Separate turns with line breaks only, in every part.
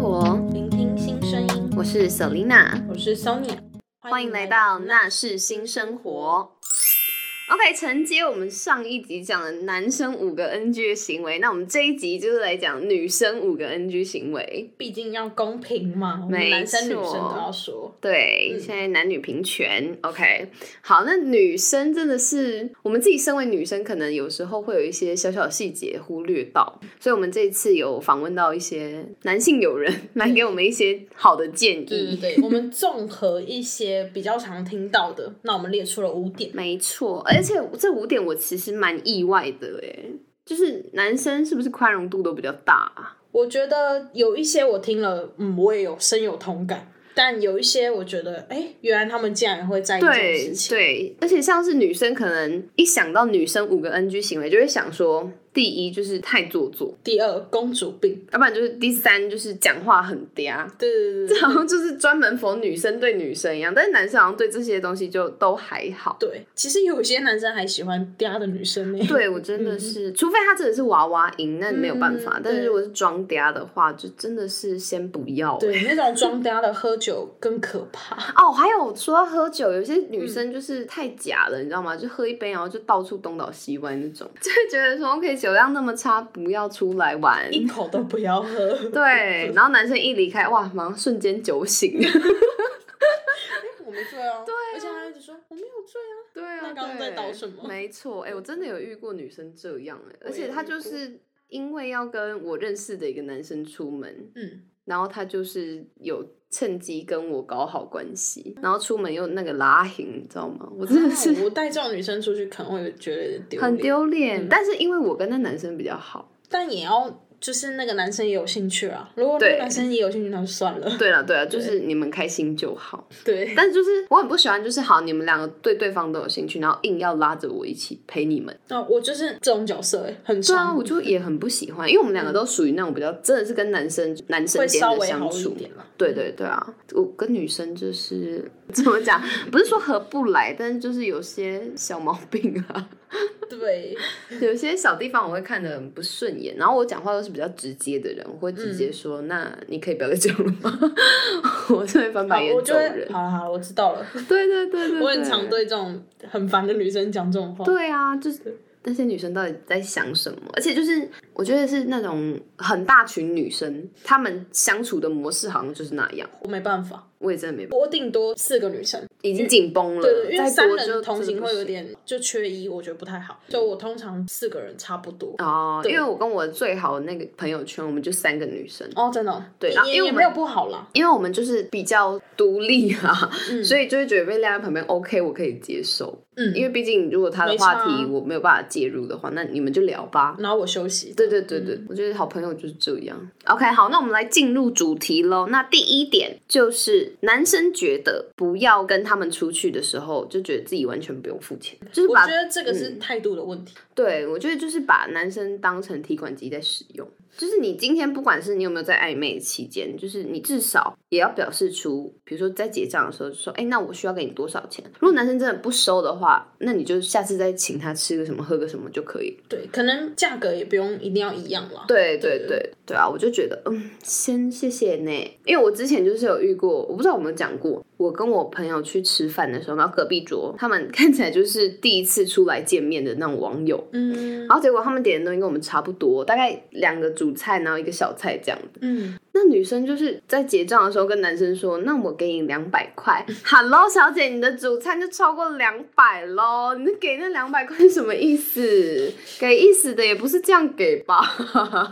哦是 Selina，
我是 Sony，
欢迎来到那是新生活。OK，承接我们上一集讲的男生五个 NG 的行为，那我们这一集就是来讲女生五个 NG 行为。
毕竟要公平嘛，我们
没
男生女
错
生都要说。
对，
嗯
现在男女平权。OK，好，那女生真的是我们自己身为女生，可能有时候会有一些小小细节忽略到，所以我们这一次有访问到一些男性友人来给我们一些好的建议。
对对对， 我们综合一些比较常听到的，那我们列出了五点。
没错，而且这五点我其实蛮意外的诶，就是男生是不是宽容度都比较大、啊？
我觉得有一些我听了，嗯，我也有深有同感，但有一些我觉得，哎，原来他们竟然也会在意这种
对
事情。
对，而且像是女生，可能一想到女生五个 NG 行为，就会想说，第一就是太做作，
第二，公主病。
要不然就是第三就是讲话很嗲，
对对对
这
对
好像就是专门否女生对女生一样，但是男生好像对这些东西就都还好。
对，其实有些男生还喜欢嗲的女生呢。
对我真的是，除非他真的是娃娃音，那没有办法。
嗯
但是
对
如果是装嗲的话，就真的是先不要、欸。
对，那种装嗲的喝酒更可怕。
哦，还有说到喝酒，有些
嗯
女生就是太假了，你知道吗？就喝一杯，然后就到处东倒西歪那种， 就会觉得说，OK，酒量那么差，不要出来玩。
一口都不要喝。
对，然后男生一离开，哇，马上瞬间酒醒。
我没醉啊，对而且他一直说我没有醉啊，
对啊，
那刚刚在
对
倒什么
没错，哎、我真的有遇过女生这样、哎，
我
而且
也
她
遇
就
过
是因为要跟我认识的一个男生出门，
嗯，
然后他就是有趁机跟我搞好关系，然后出门又那个拉行，你知道吗？我真的是、
我带这种女生出去可能会觉得有点丢脸
很，丢脸。
嗯
但是因为我跟那男生比较好，
但也要就是那个男生也有兴趣啊，如果那
对
个男生也有兴趣，那就算了，
对了对了，就是你们开心就好。
对，
但是就是我很不喜欢，就是好你们两个对对方都有兴趣，然后硬要拉着我一起陪你们。
那我就是这种角色欸，很
对啊，
常
我就也很不喜欢，因为我们两个都属于那种比较真的是跟男生男生
会
间
稍
的
微
相
好一
处。
点啦。
对对对啊，我跟女生就是怎么讲，不是说合不来，但是就是有些小毛病啊。
对，
有些小地方我会看得很不顺眼，然后我讲话都是比较直接的人，我会直
嗯
接说：“那你可以不要再讲了吗？” 我就会翻
好
白，眼
我
走
就会
人。
好了好了，我知道了，
对对对对，
我很常。对这种很烦的女生讲这种话，
对啊，就是那些女生到底在想什么？而且就是我觉得是那种很大群女生，她们相处的模式好像就是那样。
我没办法，
我也真的没，
我顶多四个女生。
已经紧绷了，
对对，因为
再
三
多就
人同
真的
行
不
会有
行
点就缺一，我觉得不太好。就我通常四个人差不多。
哦，因
对
为我跟我最好的那个朋友圈，我们就三个女生。
哦，真的哦，
对
也
然后因为
也
我们
没有不好啦。
因为我们就是比较独立啊，
嗯
所以就会觉得被晾在旁边，OK，我可以接受。
嗯，
因为毕竟如果他的
没差
话
啊
题我没有办法介入的话，那你们就聊吧。
然后我休息。
对对对对，
嗯
我觉得好朋友就是这样。OK，好，那我们来进入主题喽。那第一点就是男生觉得不要跟他们出去的时候，就觉得自己完全不用付钱，就是
我
把嗯
觉得这个是态度的问题。
对我觉得就是把男生当成提款机在使用。就是你今天不管是你有没有在暧昧期间，就是你至少也要表示出，比如说在结账的时候就说，哎、那我需要给你多少钱？如果男生真的不收的话，那你就下次再请他吃个什么喝个什么就可以了。
对，可能价格也不用一定要一样啦。
对对对对啊！我就觉得，嗯，先谢谢呢，因为我之前就是有遇过，我不知道有没有讲过，我跟我朋友去吃饭的时候，然后隔壁桌他们看起来就是第一次出来见面的那种网友，
嗯
然后结果他们点的东西跟我们差不多，大概两个主菜，然后一个小菜这样子。
嗯，
那女生就是在结账的时候跟男生说：“那我给你两百块。” Hello，小姐，你的主餐就超过两百喽，你给那两百块是什么意思？给意思的也不是这样给吧？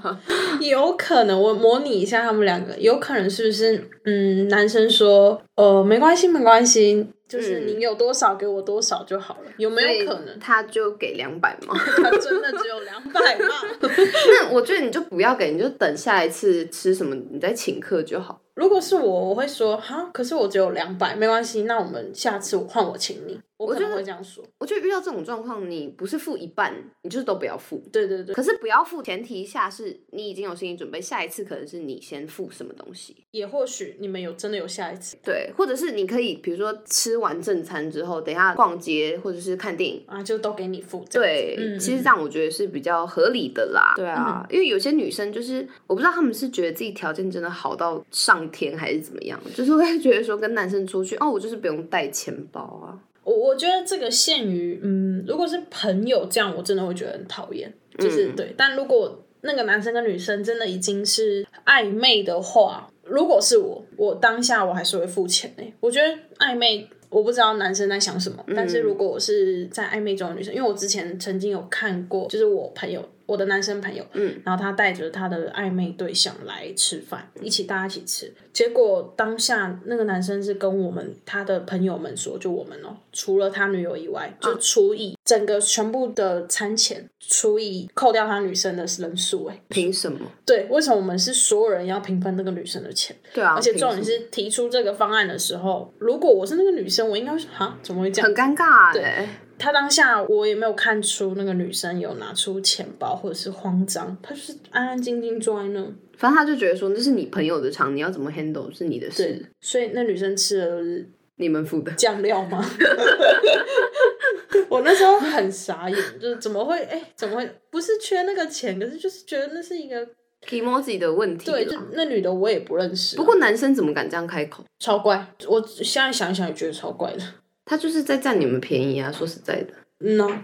有可能我模拟一下他们两个，有可能是不是嗯，男生说呃没关系没关系，就是
嗯
你有多少给我多少就好了，有没有可能？
他就给两百吗？
他真的只有两百吗？
那我觉得你就不要给，你就等下一次吃什么你再请客就好。
如果是我，我会说哈，可是我只有两百，没关系，那我们下次换我请你，我可
觉
能
得
会这样说。
我觉得遇到这种状况，你不是付一半，你就是都不要付。
对对对，
可是不要付前提下是你已经有心理准备，下一次可能是你先付什么东西，
也或许你们有真的有下一次。
对，或者是你可以比如说吃完正餐之后，等一下逛街或者是看电影。
啊，就都给你付。这样
对，
嗯
其实这样我觉得是比较合嗯理的啦。对啊，因为有些女生就是我不知道她们是觉得自己条件真的好到上天还是怎么样，就是会觉得说跟男生出去哦，我就是不用带钱包啊。
我我觉得这个限于，嗯，如果是朋友这样，我真的会觉得很讨厌，就是、
嗯
对。但如果那个男生跟女生真的已经是暧昧的话，如果是我，我当下我还是会付钱诶、我觉得暧昧，我不知道男生在想什么，但
嗯
是如果我是在暧昧中的女生，因为我之前曾经有看过，就是我朋友。我的男生朋友，
嗯，
然后他带着他的暧昧对象来吃饭，一起大家一起吃。结果当下那个男生是跟我们他的朋友们说，就我们哦，除了他女友以外，就除以、整个全部的餐钱除以扣掉他女生的人数，哎，
凭什么？
对，为什么我们是所有人要平分那个女生的钱？
对啊，
而且
凭
重点
什么
是提出这个方案的时候，如果我是那个女生，我应该会说啊，怎么会这样
很？尴尬欸的、
他当下我也没有看出那个女生有拿出钱包或者是慌张，她就是安安静静坐在那。
反正他就觉得说那是你朋友的场，你要怎么 handle 是你的
对
事，，
所以那女生吃的都是
你们付的。
酱料吗？ 我那时候很傻眼，就是怎么会哎、怎么会不是缺那个钱，可是就是觉得那是一个
emoji 的问题啦，啊
对，就那女的我也不认识啊、
不过男生怎么敢这样开口？
超怪，我现在想一想也觉得超怪的。
他就是在占你们便宜啊！说实在的，
嗯呐、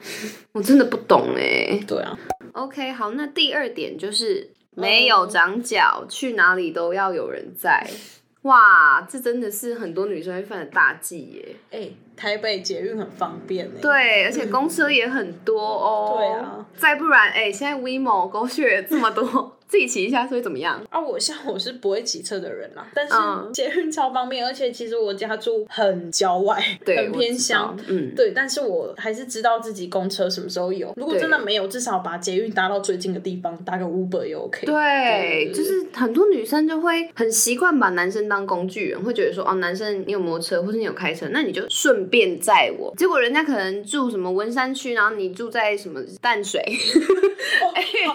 我真的不懂哎、
对啊，
OK，好，那第二点就是没有长脚，去哪里都要有人 在。哇，这真的是很多女生会犯的大忌耶。
哎、台北捷运很方便哎、
对，而且公车也很多哦。
对啊，
再不然，哎、现在 WeMo 狗血这么 多，自己骑一下是会怎么样？
啊，我像我是不会骑车的人啦，但是
嗯
捷运超方便，而且其实我家住很郊外，
对，
很
我
偏
知
乡
道。。嗯，
对，但是我还是知道自己公车什么时候有。如果
对
真的没有，至少把捷运搭到最近的地方，搭个 Uber 也 OK。
对，
对
就是很多女生就会很习惯把男生当工具人，会觉得说哦，男生你有摩托车或者你有开车，那你就顺便载我。结果人家可能住什么文山区，然后你住在什么淡 水，
哦，好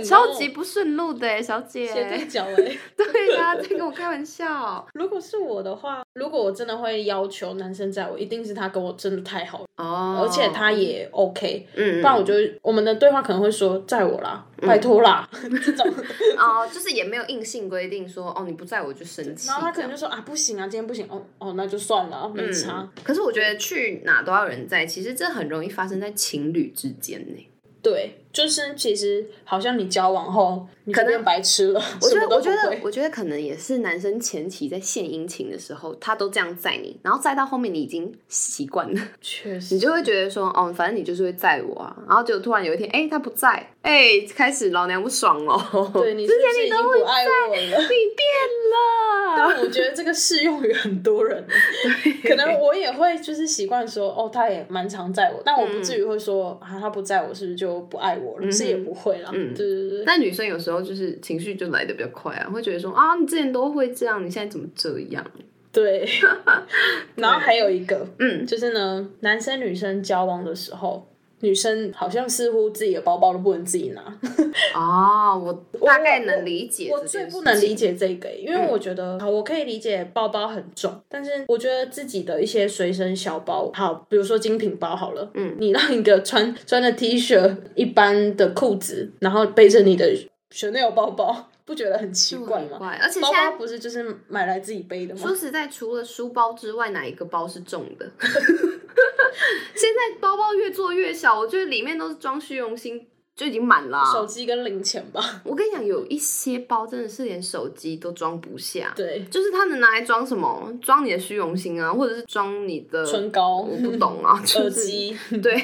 哦，
超级不顺路的欸小姐。
斜对角哎、
对呀、在跟我开玩 笑
如果是我的话，如果我真的会要求男生载我，一定是他跟我真的太好了，
哦
而且他，也 OK。
嗯，
不然我就我们的对话可能会说载我啦，拜托啦、这种，
哦，就是也没有硬性规定说哦，你不载我就生气。
然后他可能就说啊不行啊，今天不行哦哦那就算了，没差。
嗯，可是我觉得去哪都要有人在，其实这很容易发生在情侣之间呢。
对，就是其实好像你交往后，你就变白痴了，
我觉
什
得，
么都
我
不
觉得
会，。
我觉得可能也是男生前期在献殷勤的时候，他都这样载你，然后载到后面你已经习惯了，
确实
你就会觉得说，哦，反正你就是会载我啊。然后结果突然有一天，哎、他不在，哎、开始老娘不爽了，
对你是不是已经不爱我了？
你变了，
但我觉得这个适用于很多 人，可能我也会就是习惯说，哦，他也蛮常在我，但我不
嗯
至于会说、啊，他不在我是不是就不爱我了？是也不会啦，
嗯
对对对。
但女生有时候就是情绪就来的比较快啊，会觉得说啊，你之前都会这样，你现在怎么这样？
对，然后还有一个，
嗯，
就是呢，男生女生交往的时候，女生好像似乎自己的包包都不能自己拿，
哦，我大概能理解
我
这件事情，
最
嗯
不能理解这个，因为我觉得、好，我可以理解包包很重，但是我觉得自己的一些随身小包，好，比如说精品包好了，嗯，你让一个穿穿着 T 恤、一般的裤子，然后背着你的 Chanel 包包， 不觉得很奇
就
怪
很
吗？
怪，而且
包
现
包
在。
不是就是买来自己背的吗
说？实在，除了书包之外，哪一个包是重的？ 现在包包越做越小，我觉得里面都是装虚荣心，就已经满啦、
手机跟零钱吧，
我跟你讲，有一些包真的是连手机都装不下，
对，
就是它能拿来装什么？装你的虚荣心啊，或者是装你的
唇膏
我、不懂 啊，就
耳
是
机，
对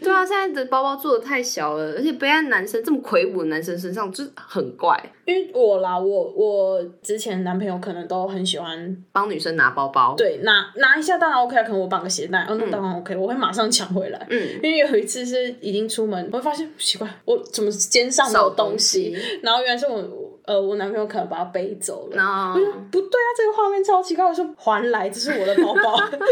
对啊，现在的包包做的太小了，而且背在男生这么魁梧的男生身上，就是很怪，
因为我啦，我我之前男朋友可能都很喜欢
帮女生拿包包。，
对，拿拿一下当然 OK，啊可能我绑个鞋带，哦，那当然 OK，、我会马上抢回来。
嗯，
因为有一次是已经出门，我会发现奇怪，我怎么肩上没有
少
东
东西
西？然后原来是我呃，我男朋友可能把它背走了。
那
我就说不对啊，这个画面超奇怪。我说还来，这是我的包包。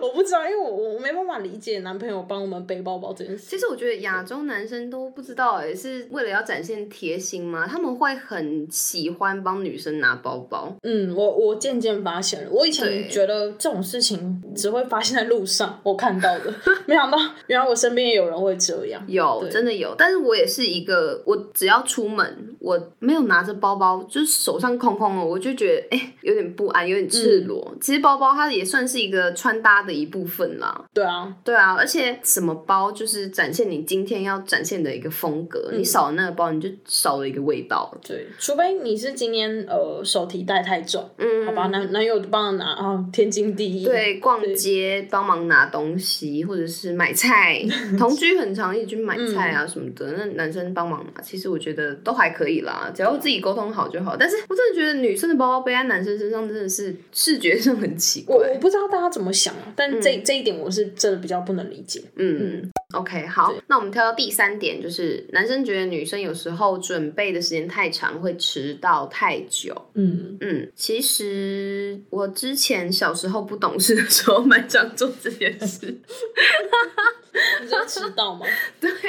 我不知道，因为我我没办法理解男朋友帮我们背包包这件事。
其实我觉得亚洲男生都不知道、欸，是为了要展现贴心吗？他们会很喜欢帮女生拿包包，
嗯，我我渐渐发现了，我以前
对
觉得这种事情只会发生在路上，我看到的， 没想到原来我身边也有人会这样。
有
对
真的有。但是我也是一个，我只要出门，我没有拿着包包就是手上空空的，我就觉得哎、有点不安，有点赤裸。其实包包它也算是一个穿搭的一部分啦。
对啊，
对啊，而且什么包就是展现你今天要展现的一个风格，你少了那个包，你就少了一个味道了。
对，除非你是今天呃手提袋太重，
嗯
好吧，男男友帮我拿哦，天经地义。
对，逛街帮忙拿东西，或者是买 菜，同居很常一起去买菜啊什么的，那男生帮忙拿，其实我觉得都还可以啦，只要自己沟通好就好。但是我真的觉得女生的包包背在男生身上真的是视觉上很奇
我
怪。
我不知道大家怎么想啊，但这、这一点我是真的比较不能理解。
嗯 o k 好，那我们跳到第三点，就是男生觉得女生有时候准备的时间太长，会迟到太久。
嗯，
嗯，其实我之前小时候不懂事的时候，蛮常做这件事。
你知道迟到吗？
对，就是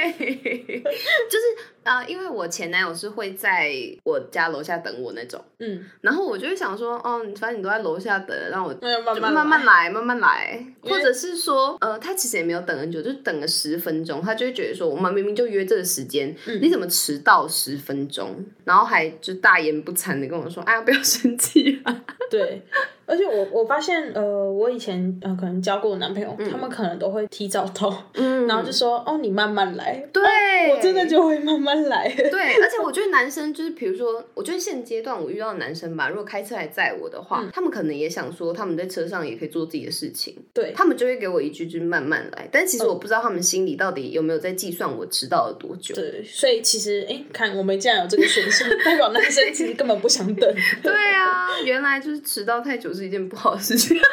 呃，因为我前男友是会在我家楼下等我那种，
嗯，
然后我就会想说，哦，你反正你都在楼下等，让我
那要慢
就
慢
慢慢
来
来，慢慢来，
因为
或者是说，呃，他其实也没有等很久，就等了十分钟，他就会觉得说，我们明明就约这个时间，
嗯
你怎么迟到十分钟？然后还就大言不惭的跟我说，哎呀，不要生气啊，
对，而且我我发现，呃，我以前呃可能交过的男朋友，他们可能都会提早到，
嗯
然后就说哦，你慢慢来，
对、
我真的就会慢慢来。
对，而且我觉得男生就是，比如说，我觉得现阶段我遇到的男生吧，如果开车来载我的
嗯
话，他们可能也想说，他们在车上也可以做自己的事情，
对，嗯
他们就会给我一句就是慢慢来，但其实我不知道他们心里到底有没有在计算我迟到了多久。
对，所以其实哎，诶看我们既然有这个选项，代表男生其实根本不想等。
对啊，原来就是迟到太久是一件不好的事情。喂，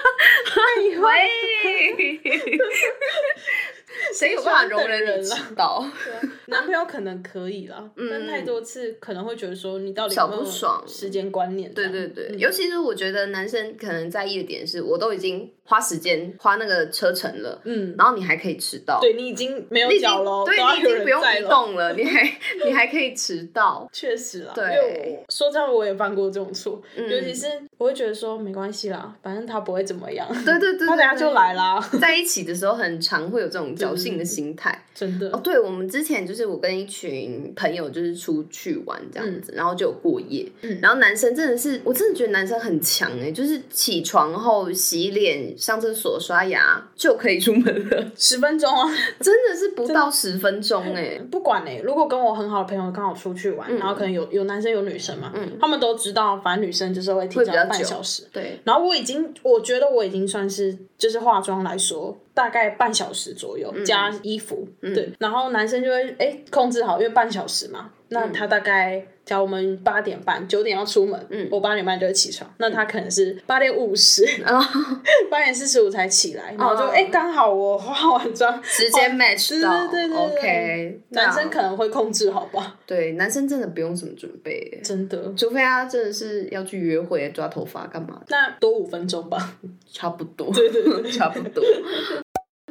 谁有办法容忍你迟到？
啊男朋友可能可以啦，但太多次可能会觉得说你到底
嗯小
有没有
不爽
时间观念这
对
样。嗯
对对，尤其是我觉得男生可能在意的点是，我都已经花时间花那个车程了，
嗯，
然后你还可以迟到，
对你已经没有
你已经
脚喽，
对
都要
你已
有
经
人
不用
在
移
咯。
动了，你 还你还可以迟到，
确实啦，
对嗯
因为我说真的，我也犯过这种错，尤其是我会觉得说没关系啦，反正他不会怎么样，
对对对，
他等下
对
就。来啦，嗯
对在一起的时候，很常会有这种侥幸的心态。
真
哦，
的，
对，我们之前就是我跟一群朋友就是出去玩这样子，然后就有过夜。
嗯
然后男生真的是，我真的觉得男生很强哎、就是起床后洗脸、上厕所、刷牙就可以出门了，
十分钟啊，
真的是不到十分钟哎、
不管呢、如果跟我很好的朋友刚好出去
嗯
玩，然后可能有有男生有女生嘛，他们都知道，反正女生就是会提
比
早
较久
半小时。
对，
然后我已经，我觉得我已经算是就是化妆来说，大概半小时左
嗯
右、加衣服，对。然后男生就会哎控制好，因为半小时嘛，
嗯
那他大概。假如我们八点半、九点要出门，
嗯
我八点半就会起床，那他可能是八点 五十、
然后
八点四十五才起来，然后就
哦啊
哎刚、好我化完妆，
直接 match 到，
对对对对
OK，对啊
男生可能会控制好吧，
对男生真的不用什么准备欸，
真的。
除非他真的是要去约会、抓头发干嘛的，
那多五分 钟吧。
差不多，
对对对
差不多。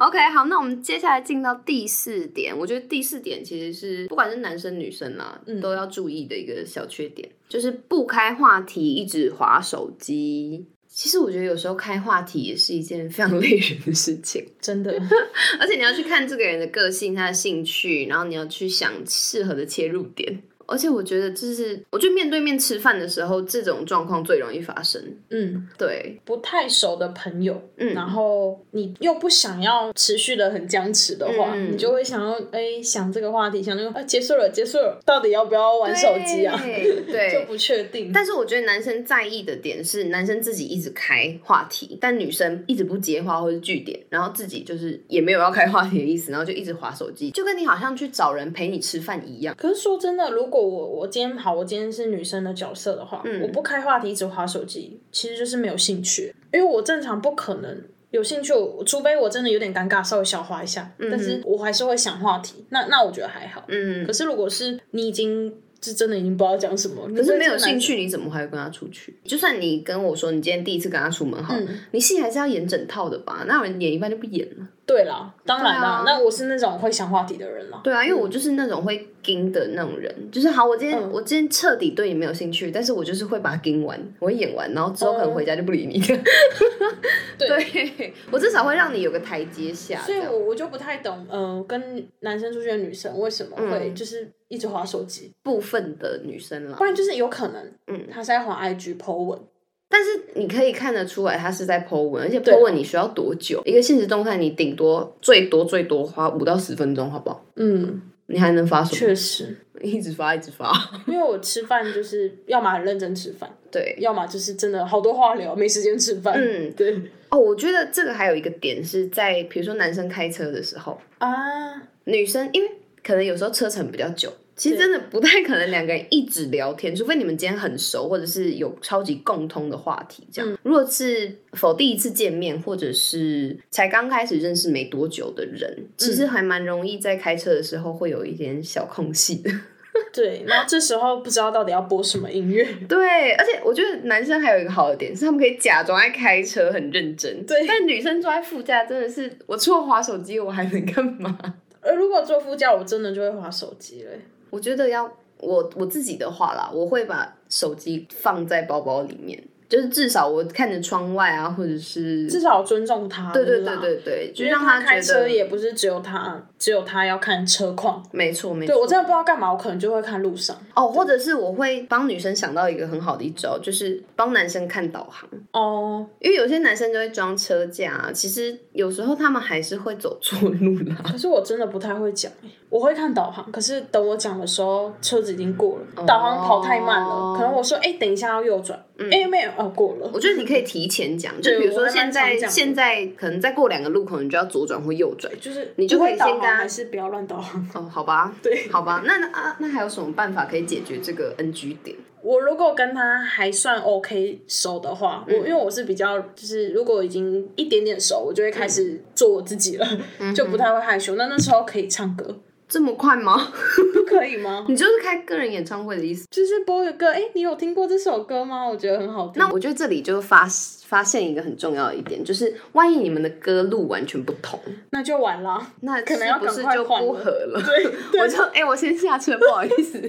OK，好，那我们接下来进到第四点，我觉得第四点其实是不管是男生女生啦，都要注意的一个小缺点，就是不开话题，一直划手机。其实我觉得有时候开话题也是一件非常累人的事情。
真的，
而且你要去看这个人的个性、他的兴趣，然后你要去想适合的切入点。而且我觉得，就是我觉得面对面吃饭的时候，这种状况最容易发生。
嗯，
对，
不太熟的朋友，嗯，然后你又不想要持续的很僵持的话，
嗯
你就会想要哎想这个话题，想那个啊结束了结束了，到底要不要玩手机啊？
对
就
对。
不确定。
但是我觉得男生在意的点是，男生自己一直开话题，但女生一直不接话或是据点，然后自己就是也没有要开话题的意思，然后就一直划手机，就跟你好像去找人陪你吃饭一样。
可是说真的，如果我我今天好，我今天是女生的角色的话，
嗯
我不开话题，一直划手机，其实就是没有兴趣，因为我正常不可能有兴趣，我除非我真的有点尴尬，稍微小划一下，但是我还是会想话题，那那我觉得还好。
嗯，
可是如果是你已经是真的已经不知道讲什么，可
可是没有兴，趣，你怎么还会跟他出去？就算嗯你跟我说你今天第一次跟他出门好了，你戏还是要演整套的吧？哪有人演一半就不演了？
对啦，当然啦，
对啊
那我是那种会想话题的人啦。
对啊，因为我就是那种会盯的那种人，就是好，我今天、我今天彻底对你没有兴趣，但是我就是会把它盯完，我会演完，然后之后可能回家就不理你了。
对
对，我至少会让你有个台阶下。
所以
啊这样
我我就不太懂，呃，跟男生出去的女生为什么会
嗯
就是一直滑手机，
部分的女生啦
不，然就是有可能，
嗯
他是在滑 IG po 文，
但是你可以看得出来她是在 Po 文，而且
对
Po 文你需要多久？一个现实动态你顶多最多最多花五到十分钟，好不好？
嗯，
你还能发什么？
确实，
一直发，一直发。
因为我吃饭就是要么很认真吃饭，
对，
要么就是真的好多话聊，没时间吃饭，
嗯，
对
哦，我觉得这个还有一个点是在，比如说男生开车的时候，
啊，
女生因为可能有时候车程比较久，其实真的不太可能两个人一直聊天，除非你们今天很熟，或者是有超级共通的话题这样。如果是否第一次见面，或者是才刚开始认识没多久的人，其实还蛮容易在开车的时候会有一点小空隙的。
对，然后这时候不知道到底要播什么音乐，
对，而且我觉得男生还有一个好的点是，他们可以假装在开车，很认真。
对
但女生坐在副驾真的是，我除了滑手机，我还能干嘛？
而呃如果坐副驾，我真的就会滑手机嘞，
我觉得要我我自己的话啦，我会把手机放在包包里面，就是至少我看着窗外啊，或者是
至少尊重他，
对对对。对对，就
因为
让
他开
觉
车
得
也不是只有他，只有他要看车况。
没错没
对
错
我真的不知道干嘛，我可能就会看路上。
哦，或者是我会帮女生想到一个很好的一招，就是帮男生看导航，
哦，
因为有些男生就会装车架、啊，其实有时候他们还是会走错路啦。
可是我真的不太会讲欸，我会看导航，可是等我讲的时候，车子已经过了，
哦
导航跑太慢了。可能我说，哎、等一下要右转，
嗯
哎、没有，哦，过了。
我觉得你可以提前讲，就
对
比如
我
说
还蛮
现在
常讲的
现在可能再过两个路口，你就要左转或右转。
就是
你就
不
可以
会导
先
航
跟他
还是不要乱导航。
哦，好吧，
嗯对
好吧，那那啊，那还有什么办法可以解决这个 NG 点？
我如果跟他还算 OK 熟的话，
嗯
我因为我是比较就是如果已经一点点熟，我就会开始做我自己了，
嗯
就不太会害羞。那那时候可以唱 歌，
这么快吗？
不可以吗？
你就是开个人演唱会的意思？
就是播个歌，哎、你有听过这首歌吗？我觉得很好听。
那我觉得这里就发发现一个很重要的一点，就是万一你们的歌路完全不同，
那就完了。
那
可能要
是不是
赶快
就
换
不
了
合了？
对 对
我就哎、我先下车，不好意思。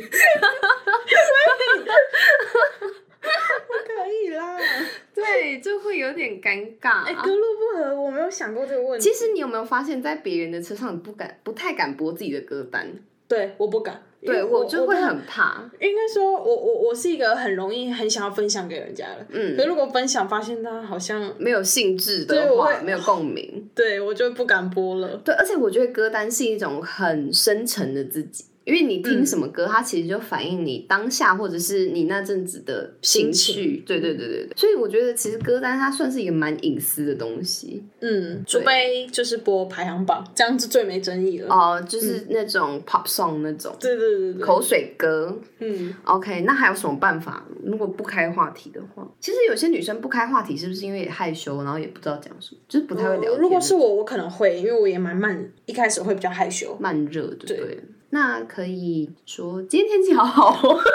可以啦。
对，啊就会有点尴尬。
哎、歌路不合，我没有想过这个问题。
其实你有没有发现，在别人的车上，你不敢、不太敢播自己的歌单？
对，我不敢。因
对
为
我
我
就
我
会
不
很怕。
应该说我，我我是一个很容易很想要分享给人家的。
嗯
可是如果分享发现他好像
没有兴致
对
的
我
话，
会
没有共鸣。
对我就不敢播了。
对，而且我觉得歌单是一种很深沉的自己，因为你听什么歌，它其实就反映你当下或者是你那阵子的情
心
绪。对对对对对，所以我觉得其实歌单它算是一个蛮隐私的东西
嗯，除非就是播排行榜，这样是最没争议了。
哦、就是那种 pop song 那种
嗯对对对对，
口水歌。
嗯，
OK，那还有什么办法？如果不开话题的话，其实有些女生不开话题，是不是因为害羞，然后也不知道讲什么，就是不太会聊天？
哦如果是我，我可能会，因为我也蛮慢，一开始会比较害羞。
慢热，对不对？
对
那可以说今天天气好好哦。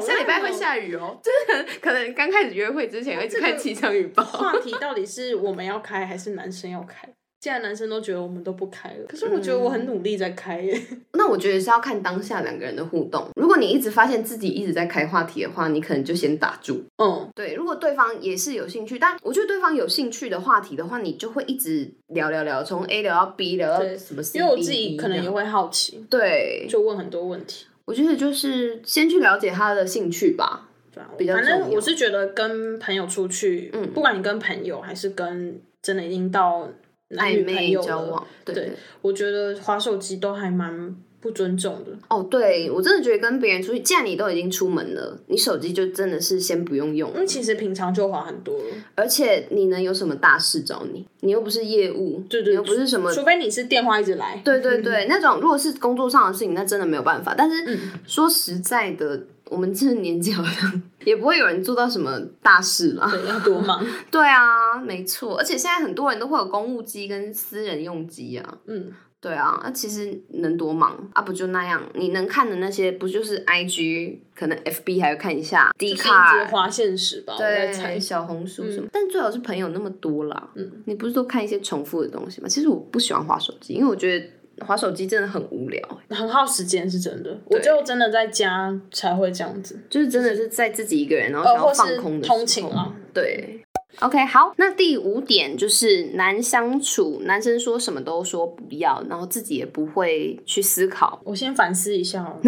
下礼拜会下雨哦，就是可能刚开始约会之前要一直看气象预报。
话题到底是我们要开还是男生要开？既然男生都觉得我们都不开
嗯
了，可是我觉得我很努力在开耶。
那我觉得是要看当下两个人的互动。如果你一直发现自己一直在开话题的话，你可能就先打住。
嗯，
对，如果对方也是有兴趣，但我觉得对方有兴趣的话题的话，你就会一直聊聊聊，从 A 聊到 B，聊到
对
什么 C，E
因为我自己可能也会好奇，
对，
就问很多问题。
我觉得就是先去了解他的兴趣吧。
对啊
比较
反
重
正
要
我是觉得跟朋友出去，
嗯
不管你跟朋友还是跟真的已经到男女
暧
朋
昧
友
交
了，
往，对
对
对
我觉得滑手机都还蛮不尊重的。
哦，对我真的觉得跟别人出去，既然你都已经出门了，你手机就真的是先不用用
因为嗯其实平常就滑很多了，
而且你能有什么大事找你？你又不是业务，
对对
你又不是什么。
除非你是电话一直来。
对对对，那种如果是工作上的事情，那真的没有办法。但是、说实在的，我们这个年纪好像也不会有人做到什么大事 啦。
对，要多忙。
对啊，没错。而且现在很多人都会有公务机跟私人用机啊。
嗯，
对啊，那其实能多忙啊？不就那样？你能看的那些，不就是 I G，可能 F B 还会看一下
就
，D
是一直
卡，
划现实吧，我在猜
对，。小红书什么。但最好是朋友那么多啦，嗯，你不是都看一些重复的东西吗？其实我不喜欢滑手机，因为我觉得滑手机真的很无聊、欸
很耗时间是真的，我就真的在家才会这样子。呃
就是真的是在自己一个人，然后想要
或是
放空的时候
通勤啊，
对。OK，好，那第五点就是难相处，男生说什么都说不要，然后自己也不会去思考，
我先反思一下哦，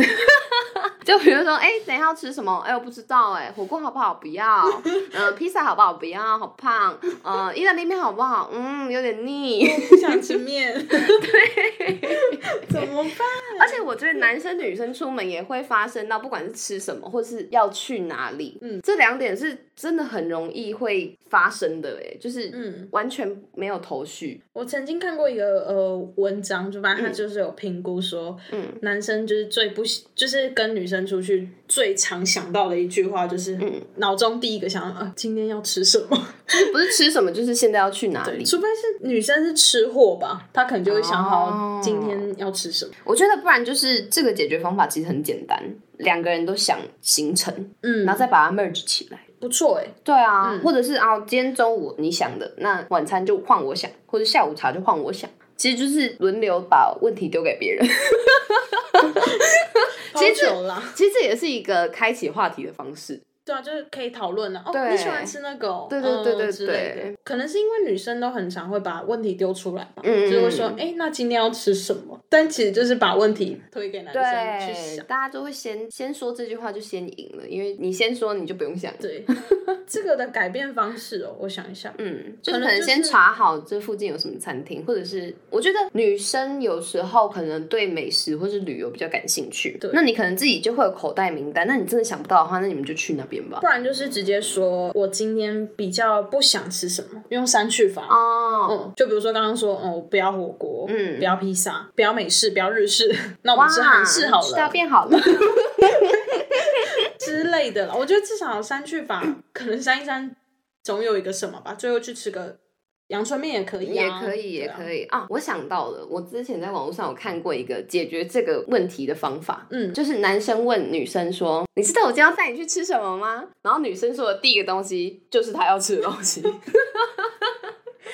就比如说，哎、等一下要吃什么？哎、我不知道、哎，火锅好不好？不要。呃，披萨好不好？不要，好胖。呃，意大利面好不好？嗯，有点腻。
不 想吃面，对，怎么办？
而且我觉得男生女生出门也会发生到，不管是吃什么，或是要去哪里，嗯，这两点是真的很容易会发生的、哎，就是
嗯
完全没有头绪，
我曾经看过一个呃文章，就反正他就是有评估说，
嗯
男生就是最不喜，就是跟女生出去最常想到的一句话，就是脑中第一个想到，呃，今天要吃什么？
就是不是吃什么，就是现在要去哪里。
除非是女生是吃货吧，她可能就会想好
哦
今天要吃什么。
我觉得不然就是这个解决方法其实很简单，两个人都想行程，
嗯
然后再把它 merge 起来。
不错哎、
对啊，或者是啊，今天中午你想的，那晚餐就换我想，或者下午茶就换我想。其实就是轮流把问题丢给别 人，
其
实
久啦，
其实这也是一个开启话题的方式。
对啊，就是可以讨论了。哦，
对
你喜欢吃那个、哦？
对对对对
嗯之类的
对
可能是因为女生都很常会把问题丢出来吧，
嗯
就是会说，哎、那今天要吃什么？但其实就是把问题推给男生去
对
想，。
大家都会先先说这句话就先赢了，因为你先说你就不用想。
对， 这个的改变方式哦，我想一下，
嗯，就是
可能
可能
就是
先查好这附近有什么餐厅，或者是我觉得女生有时候可能对美食或是旅游比较感兴趣，
对
那你可能自己就会有口袋名单。那你真的想不到的话，那你们就去那边吧
不。然就是直接说我今天比较不想吃什么，用删去法。
哦，
嗯，就比如说刚刚说，哦、我不要火锅，
嗯
不要披萨，不要美式，不要日式， 那我们吃韩式好
吃到
了
变好了。
之类的了。我觉得至少删去法，可能删一删，总有一个什么吧。最后去吃个阳春面也可以、
也
啊，
可以，也可
以。
以啊！我想到了，我之前在网络上有看过一个解决这个问题的方法，
嗯
就是男生问女生说：“你知道我今天要带你去吃什么吗？”然后女生说的第一个东西就是她要吃的东西。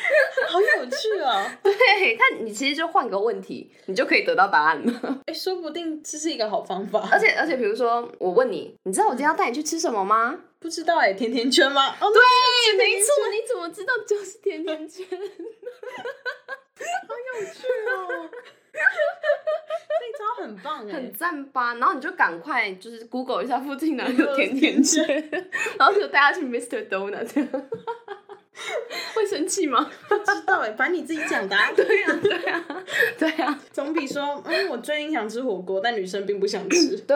好有趣哦！
对，但你其实就换个问题，你就可以得到答案了。
哎，说不定这是一个好方法。
而且而且，比如说我问你，你知道我今天要带你去吃什么吗？
不知道哎，甜甜圈吗？哦，
对，啊没错，你怎么知道就是甜甜圈？
对哦，这一招很棒哎，
很赞吧？然后你就赶快就是 Google 一下附近哪里有 甜甜圈，然后就带他去 Mr. Donut，这 样会生气吗？
不知道哎，反正你自己讲答案。
对呀、对啊呀、 对呀、
总比说，嗯，我最近想吃火锅，但女生并不想吃。
对，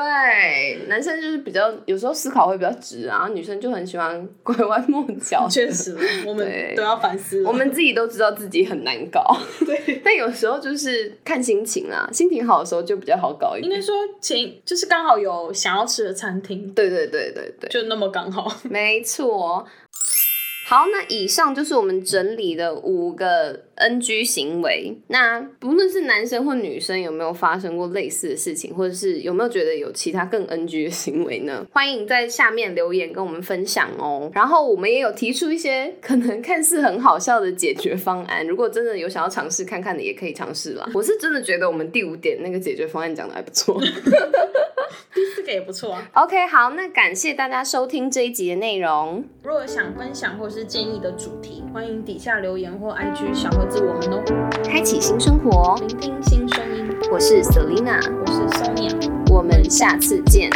男生就是比较有时候思考会比较直啊，女生就很喜欢拐弯抹 角。
确实，我们
对
都要反思了。
我们自己都知道自己很难搞，
对，
但有时候就是看心情啦，心情好的时候就比较好搞一
应
点。
该说前就是刚好有想要吃的餐厅，
对对对对对。
就那么刚好。
没错。好，那以上就是我们整理的五个 NG 行为。那不论是男生或女生，有没有发生过类似的事情，或者是有没有觉得有其他更 NG 的行为呢？ 欢迎在下面留言跟我们分享哦。然后我们也有提出一些可能看似很好笑的解决方案，如果真的有想要尝试看看的，也可以尝试 啦。我是真的觉得我们第五点那个解决方案讲的还不 错。
这个也不错啊。
OK，好，那感谢大家收听这一集的内容。
如果想分享或是建议的主题，欢迎底下留言或 IG 小盒子我们哦。
开启新生活，哦
聆听新声音，
我是 Selina，
我是 Sonia。
我们下次见，